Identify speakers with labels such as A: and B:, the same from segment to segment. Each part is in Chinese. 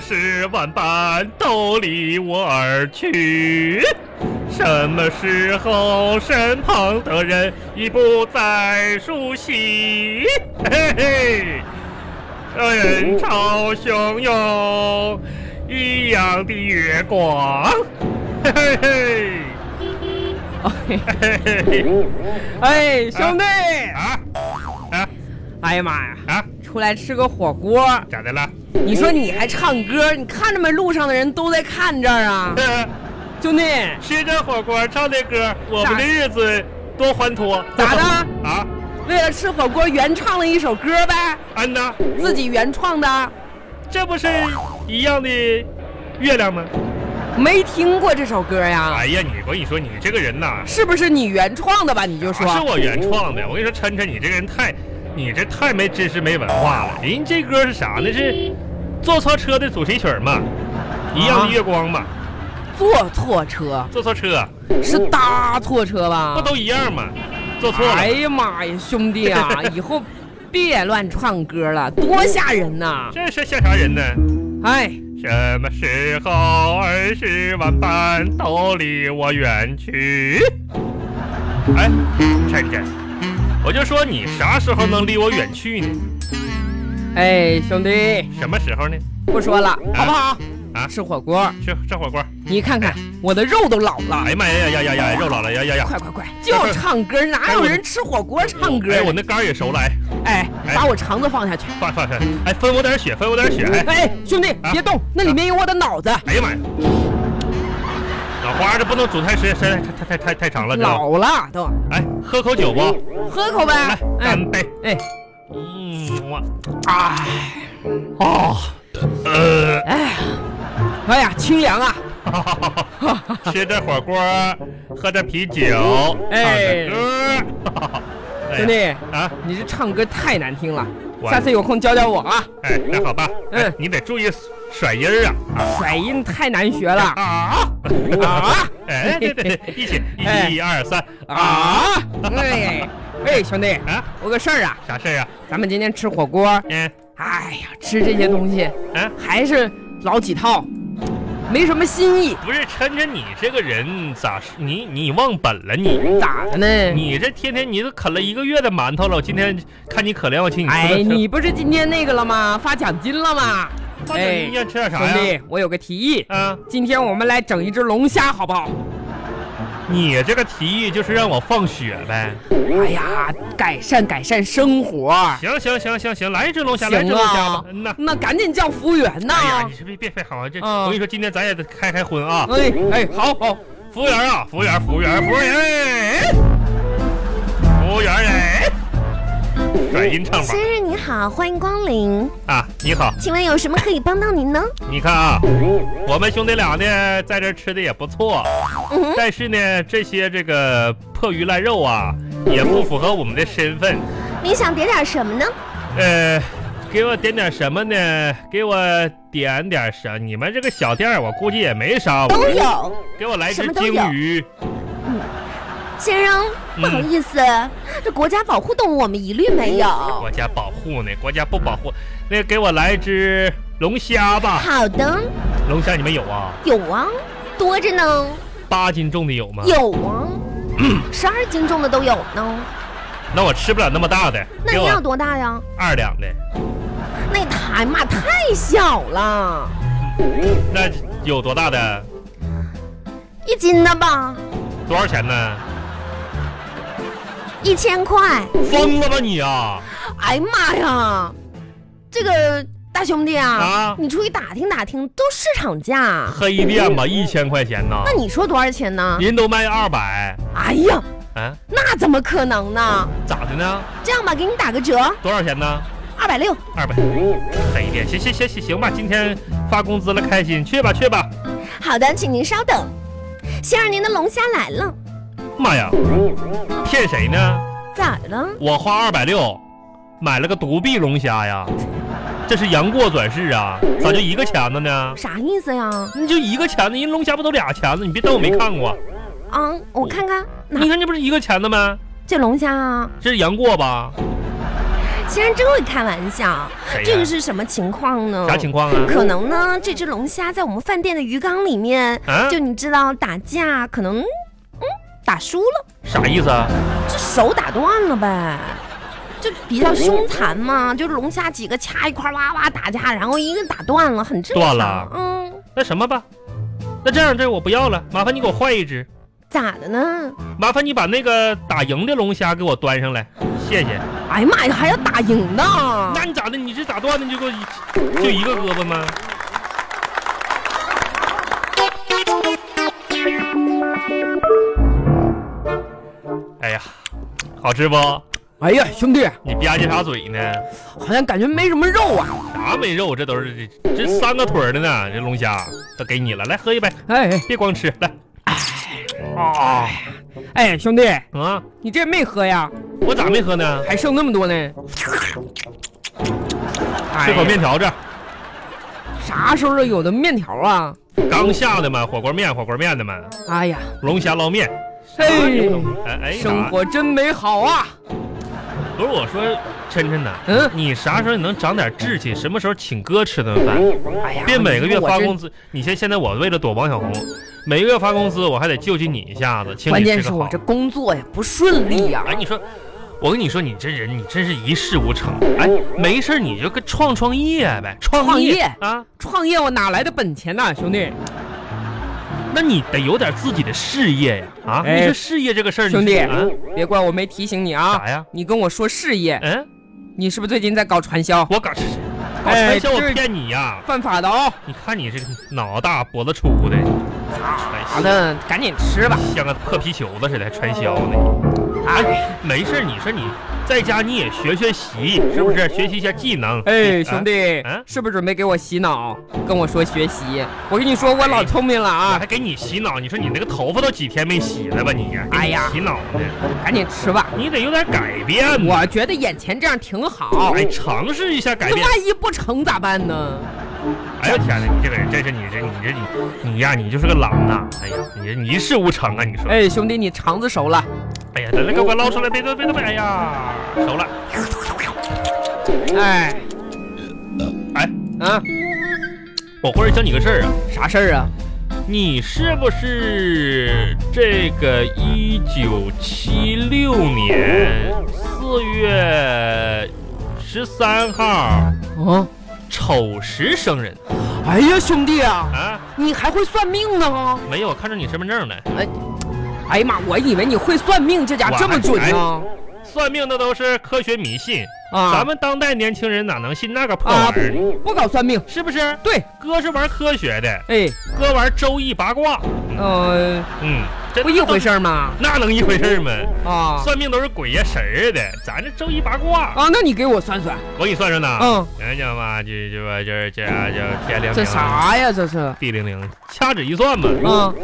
A: 事万般都离我而去。什么时候身旁的人已不再熟悉？嘿嘿，人潮汹涌，一样的月光。嘿嘿嘿，
B: 哎
A: 嘿嘿嘿，
B: 哎，兄弟，
A: 啊啊
B: 哎呀妈呀，
A: 啊！
B: 出来吃个火锅，
A: 咋的了？
B: 你说你还唱歌，你看着没？路上的人都在看这儿啊，
A: 呃
B: 兄弟，
A: 吃着火锅，唱着歌，我们的日子多欢脱。
B: 咋的
A: 啊？
B: 为了吃火锅原唱了一首歌呗，
A: 安呐，
B: 自己原创的，
A: 这不是一样的月亮吗？
B: 没听过这首歌呀？
A: 哎呀，你我跟你说，你这个人呐，
B: 是不是你原创的吧？你就说，
A: 啊是我原创的。我跟你说，晨晨，你这个人太，你这太没知识、没文化了。人这歌是啥呢？是坐错车的主题曲
B: 啊
A: 嘛，一样的月光嘛，
B: 坐错车
A: 坐错车
B: 是搭错车吧？
A: 不都一样吗？坐错了。
B: 哎呀妈呀，兄弟啊，以后别乱唱歌了，多吓人呐！
A: 这是像啥人呢？
B: 哎，
A: 什么时候儿时玩伴都离我远去？哎，晨晨，我就说你啥时候能离我远去呢？
B: 哎，兄弟，
A: 什么时候呢？
B: 不说了，好不好？
A: 啊
B: 吃火锅，
A: 吃吃火锅。
B: 你看看我的肉都老了，
A: 哎呀妈呀呀呀呀呀！肉老了呀呀呀！
B: 快快快，就唱 歌，哪有人吃火锅唱歌
A: 哎，我
B: 呀？
A: 那肝儿也熟了，哎，
B: 哎，
A: 哎
B: 把我肠子放下去。
A: 放放放，哎，分我点血，分我点血，哎，
B: 哎，兄弟，别动，那里面有我的脑子，
A: 哎呀妈呀！脑花这不能煮太时间太太太太太长了，知道吗？
B: 老了都，
A: 哎，喝口酒不？
B: 喝口
A: 来
B: 呗。，哎
A: 干杯！
B: 哎
A: 嗯，哇，
B: 哎
A: 哦，呃。
B: 哎，哎呀，清凉啊！
A: 吃着火锅，喝着啤酒，
B: 哎
A: 唱着歌，哎呀
B: 兄弟
A: 啊，
B: 你这唱歌太难听了，
A: 我
B: 下次有空教教我啊。
A: 哎，那好吧，哎
B: 嗯，
A: 你得注意甩音儿啊
B: 甩音太难学了
A: 啊啊
B: 啊
A: 哎，对对对，一起，
B: 哎
A: 一、一、二、三，啊
B: 啊！哎哎，兄弟，
A: 啊，
B: 我个事儿啊，
A: 啥事儿啊？
B: 咱们今天吃火锅，
A: 嗯
B: 哎呀，吃这些东西
A: 嗯，
B: 还是老几套，没什么新意，
A: 不是，抻着你这个人咋是？你你忘本了你？
B: 咋的呢？
A: 你这天天你都啃了一个月的馒头了，我今天看你可怜，我请你吃
B: 哎，
A: 顿
B: 你不是今天那个了吗？发奖金了吗？
A: 饭
B: 哎
A: 你，想吃点啥
B: 兄
A: 呀？
B: 弟，我有个提议，
A: 啊，
B: 今天我们来整一只龙虾，好不好？
A: 你这个提议就是让我放血呗？
B: 哎呀，改善改善生活，
A: 行行行行行，来一只龙虾，
B: 行
A: 来一只龙虾
B: 啊
A: 吧。嗯呐，
B: 那赶紧叫服务员呐！
A: 哎呀，你是别别别好啊！这
B: 啊
A: 我跟你说，今天咱也得开开荤啊！
B: 哎哎，好好，
A: 服务员啊，服务员，服务员，服务员，哎服务员，哎，转音唱法
C: 先生你好，欢迎光临，
A: 啊！你好，
C: 请问有什么可以帮到您呢？
A: 你看啊，我们兄弟俩呢在这吃的也不错，
C: 嗯，
A: 但是呢，这些这个破鱼烂肉啊，也不符合我们的身份。
C: 你想点点什么呢？
A: 呃，给我点点什么呢？给我点点啥？你们这个小店儿我估计也没啥。
C: 都
A: 我
C: 有，
A: 给我来一只
C: 什么都
A: 鲸
C: 有
A: 鱼。
C: 先生，不好意思，这国家保护动物我们一律没有。
A: 国家保护呢，国家不保护。那给我来一只龙虾 吧。
C: 好的，
A: 龙虾你们有啊？
C: 有啊，多着呢，
A: 八斤重的有吗？。
C: 有啊，十二斤重的都有呢。
A: 那我吃不了那么大的，
C: 那
A: 给
C: 你要
A: 我
C: 多大呀？
A: 二两的。
C: 那太嘛太小了，
A: 那有多大的？
C: 一斤的吧，
A: 多少钱呢？
C: 一千块。
A: 疯了吧你啊！
C: 哎呀妈呀，这个大兄弟啊，
A: 啊
C: 你出去打听打听，都市场价。
A: 黑店吧，一千块钱呢
C: 那，你啊说多少钱呢？
A: 人都卖二百。
C: 哎呀，
A: 啊，
C: 那怎么可能呢？
A: 咋的呢？
C: 这样吧，给你打个折，
A: 多少钱呢？
C: 二百六。
A: 二百，黑店，行行行行行吧，今天发工资了，开心，去吧去吧。
C: 好的，请您稍等。先生，您的龙虾来了，
A: 妈呀，骗谁呢？
C: 咋了？
A: 我花二百六买了个独臂龙虾呀，这是杨过转世啊，咋就一个钳子呢？
C: 啥意思呀？
A: 你就一个钳子，人龙虾不都俩钳子？你别当我没看过，
C: 啊，我看看，哪
A: 你看这不是一个钳子吗？
C: 这龙虾啊，
A: 这是杨过吧？
C: 先生真会开玩笑
A: 哎谁呀，
C: 这个是什么情况呢？
A: 啥情况啊？
C: 可能呢，这只龙虾在我们饭店的鱼缸里面，
A: 啊
C: 就你知道打架可能，嗯，打输了，
A: 啥意思啊？
C: 这手打断了呗，就比较凶残
A: 嗯
C: 嘛，就龙虾几个掐一块儿哇哇打架，然后一个打断了，很正
A: 断
C: 常。
A: 了
C: 嗯，
A: 那什么吧，那这样这我不要了，麻烦你给我换一只，
C: 咋的呢？
A: 麻烦你把那个打赢的龙虾给我端上来，谢谢。
C: 哎呀妈呀，还要打赢的？
B: 啊
A: 那你咋的？你是咋断的？你就给我
B: 哦
A: 一就一个胳膊吗？哎呀，好吃不？
B: 哎呀，兄弟，
A: 你吧唧啥嘴呢？
B: 好像感觉没什么肉啊！
A: 啥没肉？这都是这这三个腿儿的呢，这龙虾都给你了，来喝一杯，
B: 哎哎
A: 别光吃，来
B: 哎哎，兄弟，
A: 啊！
B: 你这没喝呀？
A: 我咋没喝呢？
B: 还剩那么多呢？哎
A: 吃口
B: 呀
A: 面条子，
B: 啥时候有的面条啊？
A: 刚下的嘛，火锅面，火锅面的嘛，
B: 哎呀，
A: 龙虾捞面。
B: 嘿，
A: 哎哎，
B: 生
A: 啥
B: 活真美好啊！
A: 不是我说，晨晨呐，
B: 嗯，
A: 你啥时候你能长点志气？什么时候请哥吃顿饭？
B: 哎呀，
A: 别每个月发工
B: 资，
A: 资。你现现在我为了躲王小红，每个月发工资我还得救济你一下子，请
B: 关
A: 你
B: 键
A: 吃
B: 是
A: 个
B: 我
A: 好
B: 这。工作呀不顺利呀、
A: 哎，你说，我跟你说，你这人你真是一事无成。哎，没事儿你就跟创创业呗，创
B: 嗯创
A: 业
B: 业
A: 啊，
B: 创业我哪来的本钱呐、兄弟？
A: 那你得有点自己的事业呀啊！
B: 哎
A: 你说事业这个事儿，你
B: 兄弟
A: 啊
B: 别怪我没提醒你啊！
A: 啥呀？
B: 你跟我说事业，
A: 嗯，
B: 你是不是最近在搞传销？
A: 我搞搞
B: 哎
A: 传销，我
B: 这
A: 骗你呀！
B: 犯法的哦！
A: 你看你这个脑大脖子粗的，
B: 好的，赶紧吃吧。
A: 像个破皮球子似的，还传销呢。
B: 哎
A: 没事儿，你说你在家你也学学习，是不是？学习一下技能。
B: 哎，兄弟
A: 啊，
B: 是不是准备给我洗脑，跟我说学习？我跟你说，我老聪明了
A: 啊，
B: 啊！
A: 还给你洗脑，你说你那个头发都几天没洗了吧你？给你
B: 哎呀
A: 洗脑呢，
B: 赶紧吃吧。
A: 你得有点改变呢。
B: 我觉得眼前这样挺好。
A: 哎，尝试一下改
B: 那
A: 变。
B: 万一不成咋办呢？
A: 哎呦天哪，你这个人真是你这你这你你呀，你就是个狼呐！哎呀，你这你一事无成啊！你说，
B: 哎，兄弟，你肠子熟了。
A: 哎呀，来来，给我捞出来，别别别别！哎呀，熟了。
B: 哎，
A: 哎，
B: 啊，
A: 我忽然想起个事儿啊。
B: 啥事儿啊？
A: 你是不是这个一九七六年四月十三号
B: 啊，
A: 丑时生人
B: 哎呀，兄弟啊，
A: 啊？
B: 你还会算命呢？
A: 没有，我看着你身份证了。
B: 哎呀妈，我以为你会算命，这家
A: 我
B: 这么准呢？
A: 算命那都是科学迷信，咱
B: 啊
A: 们当代年轻人哪能信那个破玩
B: 啊
A: 意儿？，
B: 不搞算命。
A: 是不是？
B: 对，
A: 哥是玩科学的，
B: 哎，
A: 哥玩周易八卦。
B: 呃，
A: 嗯，这
B: 不一回，事儿吗？
A: 那能一回事儿吗？
B: 啊
A: 算命都是鬼呀神儿的，咱这周易八卦，
B: 啊，那你给我算算，
A: 我给你算算呢。
B: 嗯，
A: 人家嘛，这这吧，这这啊，叫天灵灵，
B: 这啥呀？这是，
A: 地灵灵，掐指一算吧。
B: 嗯，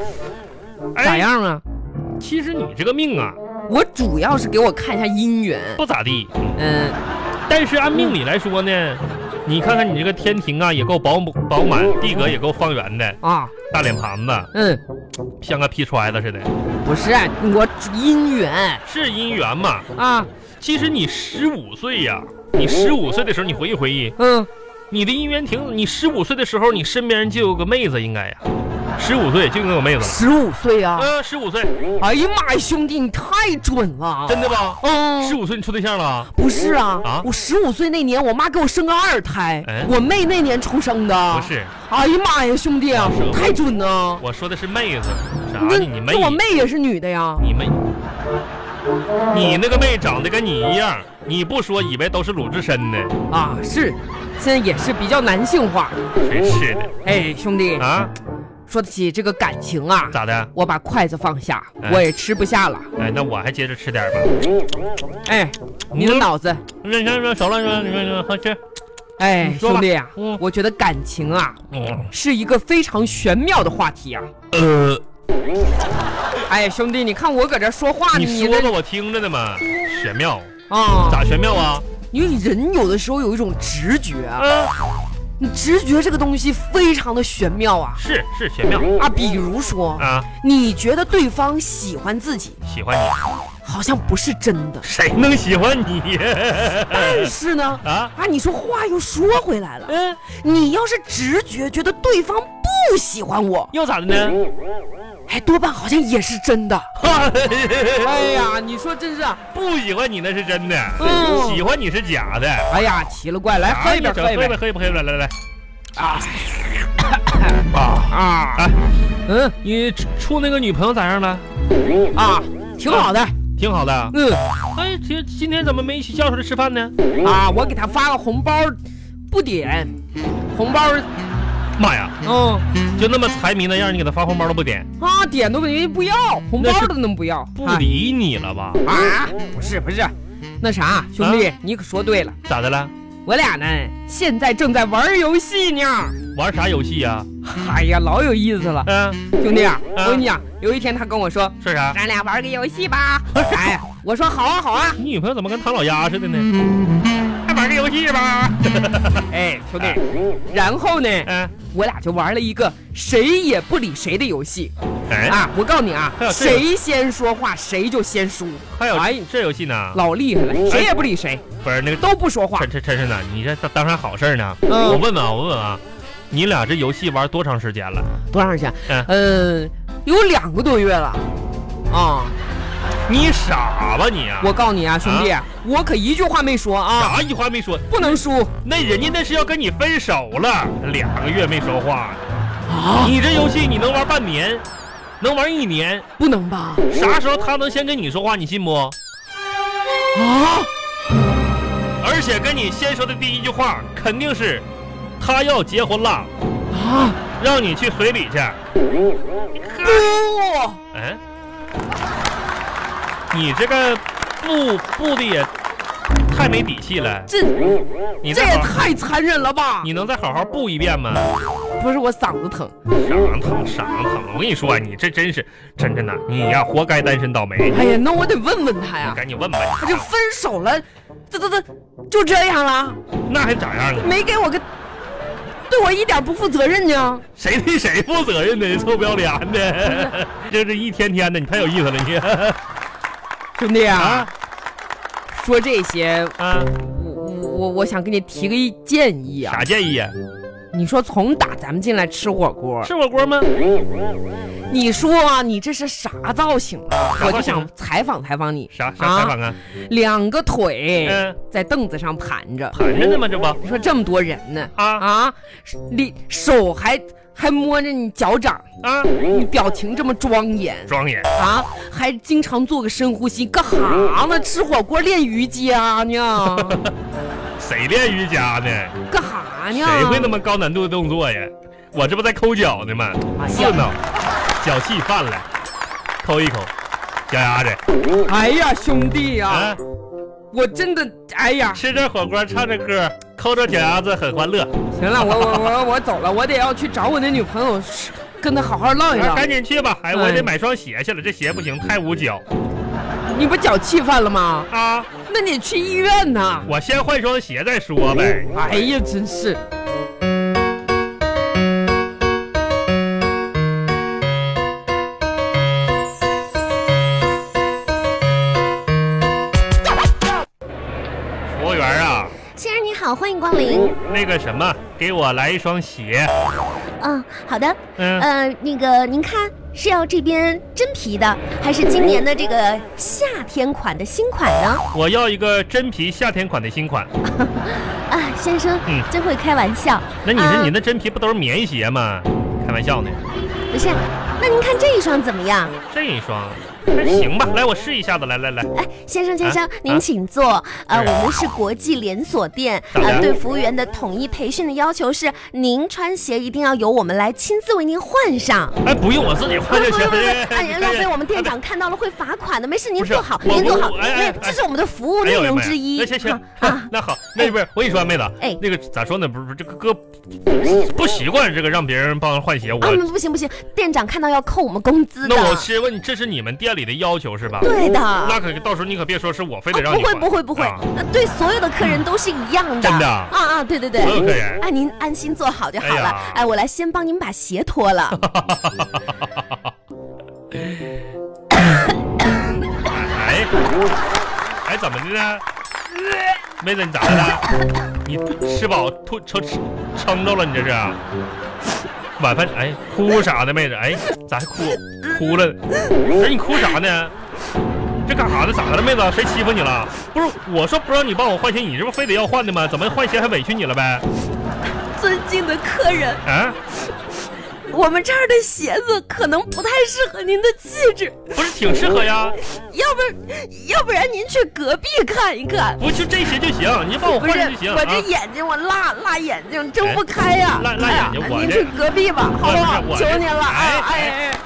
A: 哎
B: 咋？样啊？
A: 其实你这个命啊，
B: 我主要是给我看一下姻缘，
A: 不咋地。
B: 嗯，
A: 但是按命理来说呢，你看看你这个天庭啊，也够饱满饱满，地阁也够方圆的，
B: 啊，
A: 大脸盘子
B: 嗯，
A: 像个皮揣子似的，
B: 不是啊我姻缘
A: 是姻缘嘛？
B: 啊，
A: 其实你十五岁呀、你十五岁的时候，你回忆回忆，
B: 嗯，
A: 你的姻缘亭，你十五岁的时候，你身边就有个妹子，应该呀、十五岁就应该有妹子了。
B: 十五岁啊，
A: 嗯、十五岁，
B: 哎呀妈呀，兄弟，你太准了，
A: 真的吧？十
B: 嗯，
A: 五岁你处对象了？
B: 不是啊，
A: 啊
B: 我十五岁那年，我妈给我生个二胎，
A: 哎
B: 我妹那年出生的，
A: 不，是，
B: 哎呀妈呀，兄弟啊
A: 不是，
B: 太准了，
A: 我说的是妹子，啥呢？
B: 那
A: 你妹？
B: 那我妹也是女的呀，
A: 你妹？你那个妹长得跟你一样，你不说以为都是鲁智深呢？
B: 啊，是，现在也是比较男性化，
A: 真是的
B: 哎，兄弟，
A: 啊！
B: 说起这个感情啊，
A: 咋的？
B: 我把筷子放下
A: 哎，
B: 我也吃不下了。
A: 哎，那我还接着吃点吧。
B: 哎，
A: 嗯
B: 你的脑子，
A: 那那那熟了，说你说说好吃。
B: 哎
A: 你，说吧
B: 兄弟啊
A: 嗯，
B: 我觉得感情啊
A: 嗯，
B: 是一个非常玄妙的话题啊。
A: 呃，
B: 哎，兄弟，你看我搁这说话，
A: 你
B: 你
A: 说吧，
B: 这
A: 我听着呢嘛。玄妙，
B: 啊，
A: 咋玄妙啊？
B: 因为人有的时候有一种直觉啊，
A: 嗯，
B: 你直觉这个东西非常的玄妙啊
A: 是是玄妙
B: 啊！比如说，
A: 啊，
B: 你觉得对方喜欢自己，
A: 喜欢你，
B: 好像不是真的，
A: 谁能喜欢你？
B: 但是呢，
A: 嗯啊，
B: 啊，你说话又说回来了，
A: 嗯，
B: 你要是直觉觉得对方不喜欢我，
A: 又咋的呢？
B: 哎，多半好像也是真的。哎呀，你说真是啊，
A: 不喜欢你那是真的，
B: 嗯
A: 喜欢你是假的。哎
B: 哎呀，奇了怪，来喝一杯，
A: 喝
B: 喝
A: 一
B: 一
A: 杯，
B: 杯
A: 喝一杯，喝一杯，来来来，
B: 啊
A: 啊
B: 啊
A: 啊！
B: 嗯
A: 你处处那个女朋友咋样了？
B: 啊，挺好的，
A: 挺好的。
B: 嗯
A: 哎，这今天怎么没一起叫出来吃饭呢？
B: 啊，我给他发个红包，不点，红包，
A: 妈呀，
B: 嗯
A: 就那么财迷那样，你给他发红包都不点，
B: 啊，点都没不要，红包都能不要，
A: 不
B: 哎
A: 理你了吧？
B: 啊，不是不是，那啥，兄弟，你可说对了，
A: 咋的了？
B: 我俩呢现在正在玩游戏呢，
A: 玩啥游戏呀？
B: 哎呀，老有意思了，
A: 嗯，
B: 兄弟啊，
A: 啊
B: 我跟你讲，有一天他跟我说，
A: 说啥？
B: 咱俩玩个游戏 吧，哎，我说好啊好啊，
A: 你女朋友怎么跟唐老鸭似的呢？还玩个游戏吧。
B: 哎，兄弟，然后呢，
A: 嗯，
B: 我俩就玩了一个谁也不理谁的游戏
A: 哎，
B: 啊，我告诉你啊
A: 还有，这个啊
B: 谁先说话谁就先输，
A: 还有
B: 哎
A: 这游戏呢？
B: 老厉害了，谁也不理谁，
A: 不是那个
B: 都不说话
A: 陈，陈陈是呢？你这当当啥好事儿呢？
B: 嗯
A: 我问问啊，我问问啊，你俩这游戏玩多长时间了？
B: 多长时间
A: 嗯？
B: 嗯，有两个多月了，啊。
A: 你傻吧你啊！
B: 我告诉你啊，兄弟，
A: 啊
B: 我可一句话没说啊，
A: 啥一话没说，
B: 不能输
A: 那人家那是要跟你分手了，两个月没说话，
B: 啊，
A: 你这游戏你能玩半年，能玩一年，
B: 不能吧？
A: 啥时候他能先跟你说话，你信不？
B: 啊，
A: 而且跟你先说的第一句话肯定是，他要结婚了，
B: 啊，
A: 让你去随礼去。
B: 不，
A: 嗯，你这个不不的也太没底气了，
B: 这
A: 你
B: 这
A: 再
B: 也啊
A: 好
B: 太残忍了吧？
A: 你能再好好布一遍吗？
B: 不是我嗓子疼，
A: 闪疼闪疼！我跟你说，啊你这真是真真呐，你呀活该单身倒霉。
B: 哎呀，那我得问问他呀，
A: 赶紧问吧，
B: 他就分手了，这这这就这样了，
A: 那还咋样啊？
B: 没给我个，对我一点不负责任呢？
A: 谁对谁负责任呢？臭不要脸的，这是一天天的，你太有意思了你。
B: 兄弟啊
A: 啊，
B: 说这些，
A: 啊，
B: 我我我想给你提个意建议啊，
A: 啥建议啊？
B: 你说从打咱们进来吃火锅，
A: 吃火锅吗？
B: 你说啊你这是啥造型啊？
A: 啥造
B: 我就
A: 型
B: 想采访采访你，
A: 啥啥采访啊？
B: 两个腿
A: 嗯，
B: 在凳子上盘着，
A: 盘着呢吗？这不
B: 你说这么多人呢，
A: 啊
B: 啊，你手还还摸着你脚掌，
A: 啊，
B: 你表情这么庄严
A: 庄严。
B: 啊，还经常做个深呼吸，干哈呢？吃火锅练啊瑜伽呢？
A: 谁练瑜伽呢？
B: 干哈呢？
A: 谁会那么高难度的动作呀？我这不在抠脚呢吗？
B: 哎呀
A: 刺挠，脚气犯了，抠一抠，脚丫子
B: 哎呀，兄弟呀、
A: 啊，
B: 我真的，哎呀，
A: 吃着火锅，唱着歌，抠着脚丫子很欢乐。
B: 行了，我我我我走了，我得要去找我那女朋友，跟她好好唠一
A: 啊
B: 唠。
A: 赶紧去吧！哎，我得
B: 哎
A: 买双鞋去了，这鞋不行，太捂脚
B: 你不脚气犯了吗？
A: 啊！
B: 那你去医院呐。
A: 我先换双鞋再说呗。
B: 哎呀，真是。
A: 服务员啊，
C: 先生你好，欢迎光临。
A: 那个什么，给我来一双鞋。
C: 嗯，好的。
B: 哎
A: 嗯，
C: 呃，那个您看是要这边真皮的，还是今年的这个夏天款的新款呢？
A: 我要一个真皮夏天款的新款。
C: 啊，先生
A: 嗯，
C: 真会开玩笑。
A: 那你说
C: 啊
A: 你那真皮不都是棉鞋吗？开玩笑呢。
C: 不是，呃那您看这一双怎么样？
A: 这一双还行吧，来我试一下子，来来来，
C: 哎，先生，先生，
A: 啊
C: 您请坐。呃，
A: 是
C: 我们是国际连锁店，
A: 当然
C: 呃，对服务员的统一培训的要求是，您穿鞋一定要由我们来亲自为您换上。
A: 哎，不用我自己
C: 不
A: 换
C: 是
A: 就
C: 不
A: 行
C: 是不是，
A: 了。
C: 哎呀，浪费我们店
A: 哎。
C: 长看到了会罚款的。没事，您
A: 不是
C: 坐好，
A: 我
C: 您坐
A: 我
C: 好，
A: 我哎哎
C: 没，这是我们的服务
A: 哎
C: 内
A: 呦
C: 容
A: 我的妈呀
C: 之一
A: 那。行行
C: 啊啊，
A: 那好，那不是我跟你说啊，妹子，
C: 哎
A: 那个咋说呢？不是不是，这个哥不习惯这个让别人帮人换鞋，我
C: 啊，不行不行，店长看到要扣我们工资
A: 那
C: 的。
A: 我是问你，这是你们店家里的要求是吧？
C: 对的，
A: 那可到时候你可别说是我非得让
C: 不
A: 你
C: 会
A: 还、
C: 不会不会
A: 啊，
C: 那对所有的客人都是一样的，
A: 真的
C: 啊啊，对对对，
A: 所有客人
C: 哎，您安心坐好就好
A: 哎
C: 了
A: 呀。
C: 哎，我来先帮您把鞋 脱了。
A: 哎，哎，怎么的呢？妹子，你咋的了？你吃饱吐撑撑撑着了，你这是？晚饭哎，哭啥呢，妹子？哎，咋还哭哭了？哎，你哭啥呢？这干啥呢？咋的了，妹子？谁欺负你了？不是，我说不让你帮我换鞋，你这不非得要换的吗？怎么换鞋还委屈你了呗？
C: 尊敬的客人，
A: 啊，
C: 我们这儿的鞋子可能不太适合您的气质，
A: 不是挺适合呀？
C: 要不要不然您去隔壁看一看。
A: 不就这鞋就行，你帮我
C: 不
A: 换
C: 是
A: 就行。
C: 我这
A: 啊
C: 眼睛我辣辣眼睛睁不开呀、
A: 哎辣辣眼睛
C: 哎呀
A: 我
C: 您
A: 这
C: 去隔壁吧，好不好
A: 不是？我
C: 求
A: 这
C: 您了，
A: 哎
C: 哎
A: 哎
C: 哎哎，